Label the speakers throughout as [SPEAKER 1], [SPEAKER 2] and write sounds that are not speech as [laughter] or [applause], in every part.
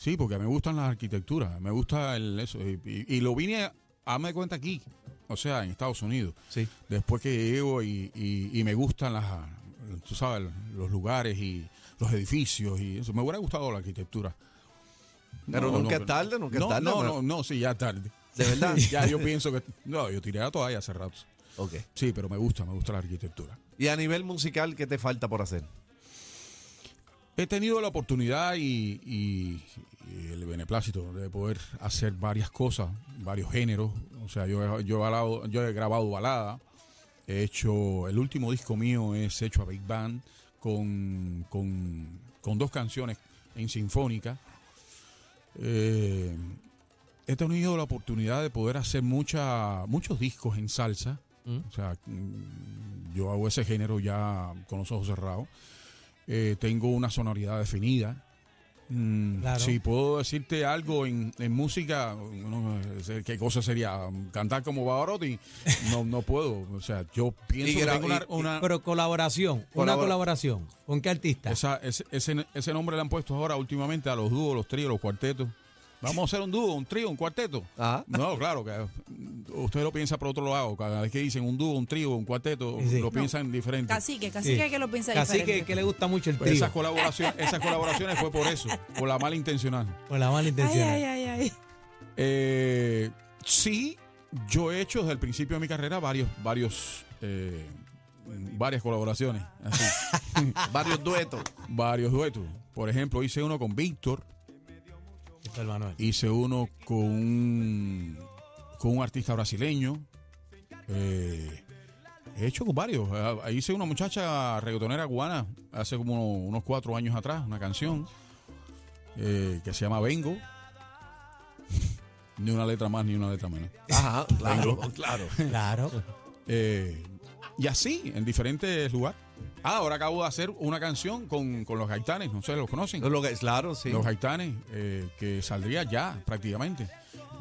[SPEAKER 1] Sí, porque me gustan las arquitecturas, me gusta el eso. Y, y- y lo vine a darme cuenta aquí, o sea, en Estados Unidos.
[SPEAKER 2] Sí.
[SPEAKER 1] Después que llego y, y- y me gustan las, tú sabes, los lugares y los edificios y eso. Me hubiera gustado la arquitectura.
[SPEAKER 2] Pero nunca es tarde, nunca es
[SPEAKER 1] no,
[SPEAKER 2] tarde,
[SPEAKER 1] No,
[SPEAKER 2] hermano.
[SPEAKER 1] no, no, sí, ya es tarde.
[SPEAKER 2] ¿De verdad?
[SPEAKER 1] [laughs] ya yo pienso que... No, yo tiré la toalla hace rato.
[SPEAKER 2] Ok.
[SPEAKER 1] Sí, pero me gusta, me gusta la arquitectura.
[SPEAKER 2] Y a nivel musical, ¿qué te falta por hacer?
[SPEAKER 1] He tenido la oportunidad y, y- y el beneplácito de poder hacer varias cosas, varios géneros. O sea, yo, he- yo, he, balado- yo he grabado balada. He hecho, el último disco mío es hecho a Big Band con, con- con dos canciones en sinfónica. Eh, he tenido la oportunidad de poder hacer mucha, muchos discos en salsa. O sea, mm, yo hago ese género ya con los ojos cerrados. Eh, tengo una sonoridad definida. Mm,
[SPEAKER 3] Claro.
[SPEAKER 1] Si puedo decirte algo en, en música, no, eh, ¿qué cosa sería? ¿Cantar como Pavarotti? No, no puedo. O sea, yo pienso
[SPEAKER 2] Y
[SPEAKER 1] que
[SPEAKER 2] gra-
[SPEAKER 1] tengo una...
[SPEAKER 2] y-
[SPEAKER 1] una-
[SPEAKER 3] Pero colaboración, una
[SPEAKER 2] Colabora-
[SPEAKER 3] colaboración. ¿Con qué artista?
[SPEAKER 1] esa- ese, ese, ese nombre le han puesto ahora últimamente a los dúos, los tríos, los cuartetos. Vamos a hacer un dúo, un trío, un cuarteto.
[SPEAKER 3] Ah.
[SPEAKER 2] Ajá.
[SPEAKER 1] No, claro, que mm, usted lo piensa por otro lado. Cada vez que dicen un dúo, un trío, un cuarteto,
[SPEAKER 3] Sí, sí.
[SPEAKER 1] lo
[SPEAKER 3] No.
[SPEAKER 1] piensan diferente.
[SPEAKER 4] Cacique, cacique
[SPEAKER 3] Sí.
[SPEAKER 4] que lo piensa
[SPEAKER 3] Así que,
[SPEAKER 4] diferente.
[SPEAKER 3] que le gusta mucho el
[SPEAKER 1] Pues
[SPEAKER 3] trío.
[SPEAKER 1] esas, colaboraciones, esas colaboraciones fue por eso, por la mala intencional.
[SPEAKER 3] Con la mala
[SPEAKER 4] Ay,
[SPEAKER 3] intención.
[SPEAKER 4] ay, ay, ay.
[SPEAKER 1] Eh, sí, yo he hecho desde el principio de mi carrera varios, varios, eh, varias colaboraciones, así,
[SPEAKER 3] [laughs]
[SPEAKER 2] Varios duetos.
[SPEAKER 1] varios duetos. Por ejemplo, hice uno con Víctor,
[SPEAKER 3] Víctor Manuel.
[SPEAKER 1] hice uno con un, con un artista brasileño. eh, he hecho con varios. Ah, Hice una muchacha reggaetonera cubana hace como uno- unos cuatro años atrás, una canción eh, que se llama Vengo. [laughs] Ni una letra más, ni una letra menos.
[SPEAKER 2] Ajá, claro, claro.
[SPEAKER 3] Claro.
[SPEAKER 1] Eh, y así, en diferentes lugares. Ah, ahora acabo de hacer una canción con, con los gaitanes, no sé, ¿los conocen?
[SPEAKER 2] Lo que, claro, sí.
[SPEAKER 1] Los gaitanes, eh, que saldría ya prácticamente.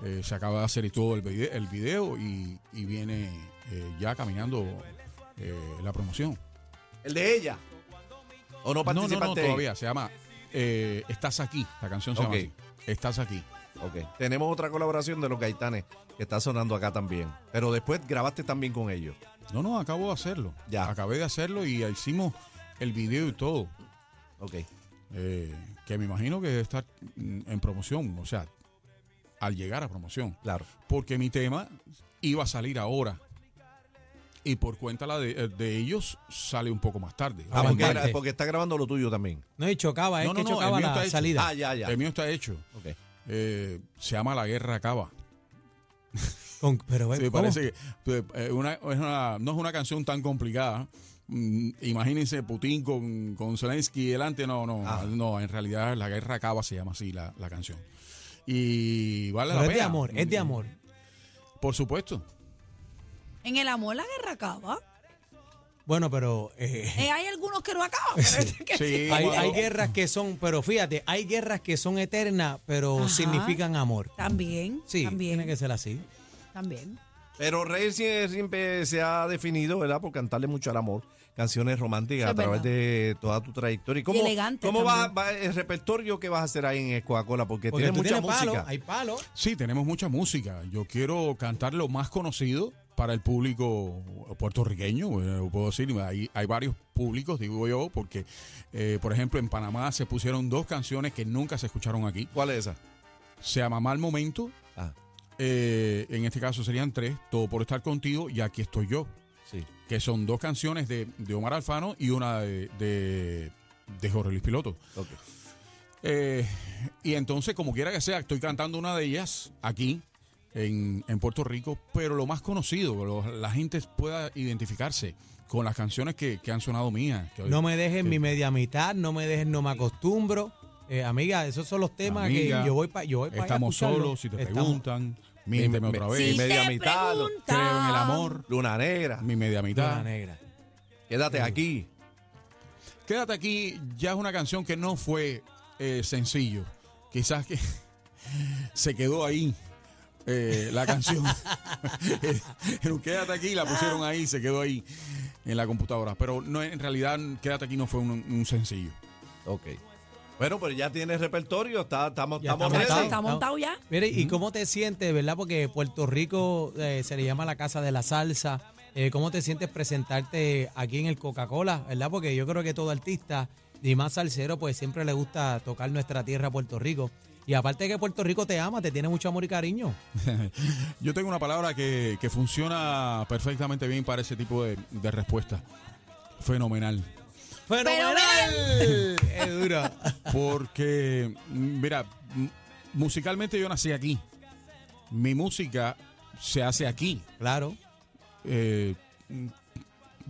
[SPEAKER 1] Eh, se acaba de hacer y todo el video, el video y, y viene eh, ya caminando eh, la promoción.
[SPEAKER 2] El de ella. ¿O no
[SPEAKER 1] No, no, no,
[SPEAKER 2] participaste?
[SPEAKER 1] todavía, se llama eh, Estás aquí, la canción se
[SPEAKER 2] Ok.
[SPEAKER 1] llama así, Estás aquí.
[SPEAKER 2] Ok. Tenemos otra colaboración de los gaitanes que está sonando acá también. Pero después grabaste también con ellos.
[SPEAKER 1] No, no, acabo de hacerlo.
[SPEAKER 2] Ya.
[SPEAKER 1] Acabé de hacerlo y hicimos el video y todo.
[SPEAKER 2] Ok.
[SPEAKER 1] eh, que me imagino que debe estar mm, en promoción, o sea, al llegar a promoción,
[SPEAKER 2] Claro.
[SPEAKER 1] porque mi tema iba a salir ahora y por cuenta la de, eh, de ellos sale un poco más tarde.
[SPEAKER 2] Ah,
[SPEAKER 3] Ah,
[SPEAKER 1] O
[SPEAKER 2] porque,
[SPEAKER 1] sea,
[SPEAKER 3] Aguantarte.
[SPEAKER 2] era- porque está grabando lo tuyo también.
[SPEAKER 3] No, y chocaba, es
[SPEAKER 1] No, no,
[SPEAKER 3] que
[SPEAKER 1] no, el
[SPEAKER 3] chocaba
[SPEAKER 1] mío está
[SPEAKER 3] la
[SPEAKER 1] hecho.
[SPEAKER 3] salida.
[SPEAKER 2] Ah, ya, ya.
[SPEAKER 1] el mío está hecho.
[SPEAKER 2] Ok.
[SPEAKER 1] Eh, se llama La Guerra Acaba.
[SPEAKER 3] Con- pero
[SPEAKER 1] Sí,
[SPEAKER 3] Eh, ¿cómo?
[SPEAKER 1] parece que eh, una- es una- no es una canción tan complicada. Mm, Imagínense Putin con, con Zelensky delante. No, no,
[SPEAKER 2] Ah.
[SPEAKER 1] no. En realidad, La Guerra Acaba se llama así la, la canción. Y vale
[SPEAKER 3] Pero
[SPEAKER 1] la
[SPEAKER 3] es de
[SPEAKER 1] pena.
[SPEAKER 3] amor, es de amor.
[SPEAKER 1] Por supuesto.
[SPEAKER 4] En el amor la guerra acaba.
[SPEAKER 3] Bueno, pero eh,
[SPEAKER 4] Eh, hay algunos que no acaban. pero es que-
[SPEAKER 1] Sí,
[SPEAKER 3] hay,
[SPEAKER 1] cuando-
[SPEAKER 3] hay guerras que son, pero fíjate, hay guerras que son eternas, pero
[SPEAKER 4] Ajá.
[SPEAKER 3] significan amor.
[SPEAKER 4] También,
[SPEAKER 3] Sí,
[SPEAKER 4] también,
[SPEAKER 3] tiene que ser así.
[SPEAKER 4] también.
[SPEAKER 2] Pero Rey sie- siempre se ha definido, ¿verdad? Por cantarle mucho al amor. Canciones románticas
[SPEAKER 4] Eso
[SPEAKER 2] a
[SPEAKER 4] es
[SPEAKER 2] través
[SPEAKER 4] verdad.
[SPEAKER 2] de toda tu trayectoria. ¿Y cómo,
[SPEAKER 4] elegante
[SPEAKER 2] ¿Cómo va,
[SPEAKER 4] también.
[SPEAKER 2] va el repertorio que vas a hacer ahí en Coca-Cola? Porque,
[SPEAKER 3] Porque
[SPEAKER 2] tiene
[SPEAKER 3] tú
[SPEAKER 2] mucha
[SPEAKER 3] tienes palo,
[SPEAKER 2] música.
[SPEAKER 3] hay palos.
[SPEAKER 1] Sí, tenemos mucha música. Yo quiero cantar lo más conocido para el público puertorriqueño, eh, puedo decir, hay, hay varios públicos, digo yo, porque, eh, por ejemplo, en Panamá se pusieron dos canciones que nunca se escucharon aquí.
[SPEAKER 2] ¿Cuál es esa?
[SPEAKER 1] Se llama Mal Momento,
[SPEAKER 2] Ah,
[SPEAKER 1] eh, en este caso serían tres, Todo por estar contigo y Aquí estoy yo,
[SPEAKER 2] sí.
[SPEAKER 1] que son dos canciones de, de Omar Alfano y una de, de, de Jorge Luis Piloto.
[SPEAKER 2] Ok.
[SPEAKER 1] Eh, y entonces, como quiera que sea, estoy cantando una de ellas aquí en, en Puerto Rico, pero lo más conocido, lo- la gente pueda identificarse con las canciones que, que han sonado mías. que-
[SPEAKER 3] No me dejes
[SPEAKER 1] que-
[SPEAKER 3] mi media mitad, no me dejes no me acostumbro. Eh, amiga, esos son los temas
[SPEAKER 1] Amiga,
[SPEAKER 3] que yo voy para yo voy pa allá a
[SPEAKER 1] Estamos
[SPEAKER 3] escucharlo.
[SPEAKER 1] solos, si te
[SPEAKER 3] Estamos-
[SPEAKER 1] preguntan, miénteme otra
[SPEAKER 2] Sí,
[SPEAKER 1] vez,
[SPEAKER 2] me- media
[SPEAKER 4] te
[SPEAKER 2] mitad, lo-
[SPEAKER 4] preguntan,
[SPEAKER 1] creo en el amor,
[SPEAKER 2] Luna Negra.
[SPEAKER 1] mi media
[SPEAKER 3] Luna
[SPEAKER 1] mitad.
[SPEAKER 3] negra.
[SPEAKER 2] Quédate aquí.
[SPEAKER 1] Quédate aquí, ya es una canción que no fue eh, sencillo, quizás que [laughs] se quedó ahí. eh, la canción Eh, Pero Quédate aquí la pusieron ahí se quedó ahí en la computadora pero no en realidad Quédate aquí no fue un, un sencillo
[SPEAKER 2] Ok. Bueno, pero ya tienes repertorio. Está, estamos,
[SPEAKER 3] Ya
[SPEAKER 2] estamos
[SPEAKER 3] estamos
[SPEAKER 2] ready.
[SPEAKER 4] Está,
[SPEAKER 3] Estamos-
[SPEAKER 4] montado ya.
[SPEAKER 3] Mire, ¿y cómo te sientes, verdad? Porque Puerto Rico eh, se le llama la casa de la salsa. Eh, ¿Cómo te sientes presentarte aquí en el Coca-Cola, verdad? Porque yo creo que todo artista, y más salsero, pues siempre le gusta tocar nuestra tierra, Puerto Rico. Y aparte que Puerto Rico te ama, te tiene mucho amor y cariño.
[SPEAKER 1] yo tengo una palabra que, que funciona perfectamente bien para ese tipo de, de respuesta fenomenal
[SPEAKER 3] ¡Fenomenal! es duro.
[SPEAKER 1] Porque, [laughs] mira, m- musicalmente yo nací aquí. Mi música se hace aquí.
[SPEAKER 3] Claro.
[SPEAKER 1] Eh,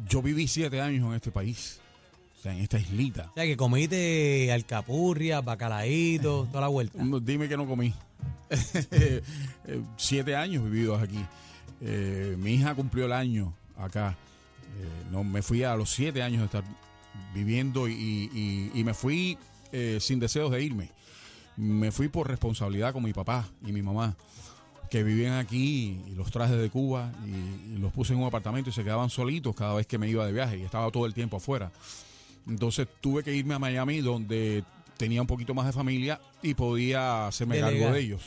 [SPEAKER 1] yo viví siete años en este país, o sea, en esta islita.
[SPEAKER 3] O sea, que comiste alcapurria, bacalaíto, [laughs] toda la vuelta.
[SPEAKER 1] No, Dime que no comí. [laughs] Eh, siete años vividos aquí. Eh, mi hija cumplió el año acá. Eh, no, me fui a los siete años de estar viviendo y, y- y me fui eh, sin deseos de irme. Me fui por responsabilidad con mi papá y mi mamá, que vivían aquí y los traje de Cuba y, y los puse en un apartamento y se quedaban solitos cada vez que me iba de viaje y estaba todo el tiempo afuera. Entonces tuve que irme a Miami donde tenía un poquito más de familia y podía hacerme cargo
[SPEAKER 3] Delegar.
[SPEAKER 1] de ellos.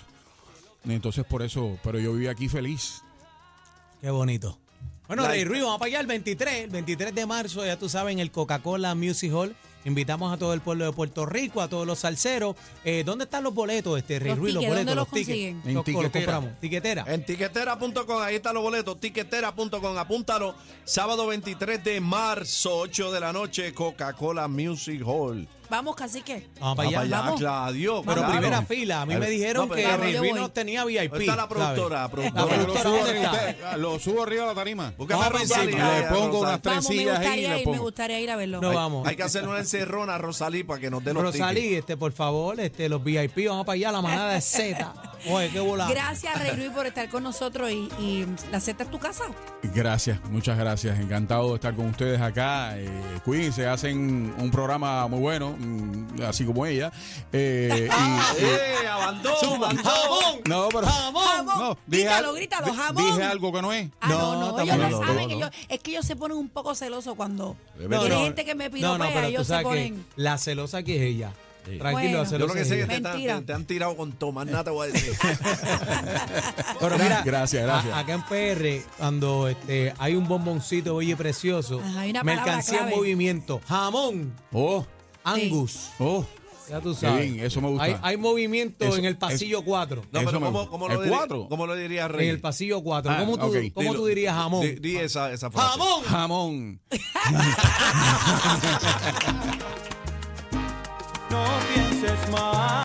[SPEAKER 1] Entonces por eso, pero yo vivía aquí feliz.
[SPEAKER 3] Qué bonito. Bueno,
[SPEAKER 5] Like.
[SPEAKER 3] Rey Ruiz, vamos para allá el 23, el 23 de marzo, ya tú sabes, en el Coca-Cola Music Hall. Invitamos a todo el pueblo de Puerto Rico, a todos los salseros. Eh, ¿Dónde están los boletos, este Rey
[SPEAKER 4] Los
[SPEAKER 3] Ruiz?
[SPEAKER 4] tickets,
[SPEAKER 3] boletos,
[SPEAKER 4] ¿dónde los
[SPEAKER 3] tickets?
[SPEAKER 4] consiguen?
[SPEAKER 1] En
[SPEAKER 3] Los- los
[SPEAKER 1] tiquetera.
[SPEAKER 3] compramos. Tiquetera.
[SPEAKER 2] En tiquetera.com, ahí están los boletos, tiquetera.com, apúntalo, sábado 23 de marzo, 8 de la noche, Coca-Cola Music Hall.
[SPEAKER 4] Vamos, cacique.
[SPEAKER 3] Vamos para allá.
[SPEAKER 2] allá,
[SPEAKER 3] vamos.
[SPEAKER 2] Claudio,
[SPEAKER 3] Pero
[SPEAKER 2] claro.
[SPEAKER 3] primera fila, a mí
[SPEAKER 2] Claro.
[SPEAKER 3] me
[SPEAKER 2] No,
[SPEAKER 3] dijeron
[SPEAKER 2] pero
[SPEAKER 3] que
[SPEAKER 2] claro,
[SPEAKER 3] Rey
[SPEAKER 4] yo
[SPEAKER 3] Ruiz
[SPEAKER 4] voy.
[SPEAKER 3] no tenía VIP.
[SPEAKER 2] Está la productora, la
[SPEAKER 1] Yo
[SPEAKER 3] ¿sabes?
[SPEAKER 2] productora.
[SPEAKER 3] La
[SPEAKER 1] lo
[SPEAKER 3] productora,
[SPEAKER 1] subo,
[SPEAKER 3] ¿dónde
[SPEAKER 1] arriba-
[SPEAKER 3] está?
[SPEAKER 1] usted- lo subo arriba de la tarima.
[SPEAKER 2] Búscame
[SPEAKER 3] Vamos
[SPEAKER 2] a
[SPEAKER 3] para
[SPEAKER 2] Rosalía,
[SPEAKER 3] encima.
[SPEAKER 2] ahí,
[SPEAKER 1] Le
[SPEAKER 2] a
[SPEAKER 1] pongo
[SPEAKER 2] Rosalía.
[SPEAKER 1] unas tres
[SPEAKER 4] Vamos, me
[SPEAKER 1] sillas ahí y
[SPEAKER 4] gustaría ir,
[SPEAKER 1] le
[SPEAKER 4] me
[SPEAKER 1] pongo.
[SPEAKER 4] gustaría ir a verlo.
[SPEAKER 3] No, vamos.
[SPEAKER 2] Hay que hacerle una encerrona a Rosalí para que nos dé los tickets.
[SPEAKER 3] Rosalí, este, por favor, este, los VIP, vamos para allá, la manada de Z.
[SPEAKER 4] [laughs]
[SPEAKER 3] Oye, qué volada.
[SPEAKER 4] Gracias, Rey Ruiz, por estar con nosotros y, y la Z es tu casa.
[SPEAKER 1] Gracias, muchas gracias. Encantado de estar con ustedes acá. Eh, cuídense, hacen un programa muy bueno, mm, así como ella. Eh,
[SPEAKER 2] [laughs]
[SPEAKER 1] y- y-
[SPEAKER 2] ¡Eh, abandono!
[SPEAKER 3] ¡Jamón!
[SPEAKER 1] no, pero.
[SPEAKER 4] Jamón.
[SPEAKER 1] No,
[SPEAKER 4] Grítalo,
[SPEAKER 1] al-
[SPEAKER 4] grítalo,
[SPEAKER 1] di-
[SPEAKER 4] jamón.
[SPEAKER 1] Dije algo que no es.
[SPEAKER 4] Ah,
[SPEAKER 3] No,
[SPEAKER 4] no, no,
[SPEAKER 3] tampoco,
[SPEAKER 4] ellos la
[SPEAKER 2] no,
[SPEAKER 4] saben.
[SPEAKER 2] no.
[SPEAKER 4] ellos- es que ellos se ponen un poco celosos cuando
[SPEAKER 2] No,
[SPEAKER 4] hay
[SPEAKER 2] no,
[SPEAKER 4] gente que me piropea,
[SPEAKER 3] pero tú
[SPEAKER 4] ellos se
[SPEAKER 3] sabes que
[SPEAKER 4] ponen.
[SPEAKER 3] la celosa aquí es ella. Tranquilo,
[SPEAKER 4] Bueno.
[SPEAKER 3] la
[SPEAKER 2] Yo
[SPEAKER 3] celosa
[SPEAKER 2] lo que
[SPEAKER 3] es
[SPEAKER 2] sé es que
[SPEAKER 3] ella.
[SPEAKER 2] te, están-
[SPEAKER 4] Mentira.
[SPEAKER 2] te- te han tirado con Tomás, nada te voy a
[SPEAKER 3] [laughs]
[SPEAKER 2] decir.
[SPEAKER 3] [laughs] Pero mira,
[SPEAKER 1] Gracias, gracias.
[SPEAKER 3] a- acá en PR, cuando este, hay un bomboncito, oye, precioso,
[SPEAKER 4] Ajá, hay una palabra
[SPEAKER 3] mercancía en
[SPEAKER 4] clave.
[SPEAKER 3] movimiento, jamón,
[SPEAKER 1] Oh,
[SPEAKER 3] angus,
[SPEAKER 1] oh.
[SPEAKER 3] ya tú
[SPEAKER 1] Qué
[SPEAKER 3] sabes.
[SPEAKER 1] bien, eso me gusta.
[SPEAKER 3] Hay, hay movimiento
[SPEAKER 1] Eso-
[SPEAKER 3] en el pasillo 4.
[SPEAKER 2] No,
[SPEAKER 1] Eso
[SPEAKER 2] pero
[SPEAKER 1] me
[SPEAKER 2] ¿cómo,
[SPEAKER 1] gusta.
[SPEAKER 2] cómo
[SPEAKER 1] ¿El
[SPEAKER 2] lo diría,
[SPEAKER 1] cuatro?
[SPEAKER 2] ¿cómo lo diría Rey?
[SPEAKER 3] En el pasillo 4.
[SPEAKER 1] Ah,
[SPEAKER 3] ¿Cómo, tú,
[SPEAKER 1] ok.
[SPEAKER 3] ¿cómo
[SPEAKER 2] Dilo.
[SPEAKER 3] tú dirías jamón?
[SPEAKER 2] Di, di esa, esa frase.
[SPEAKER 3] ¡Jamón!
[SPEAKER 1] Jamón.
[SPEAKER 6] No pienses más.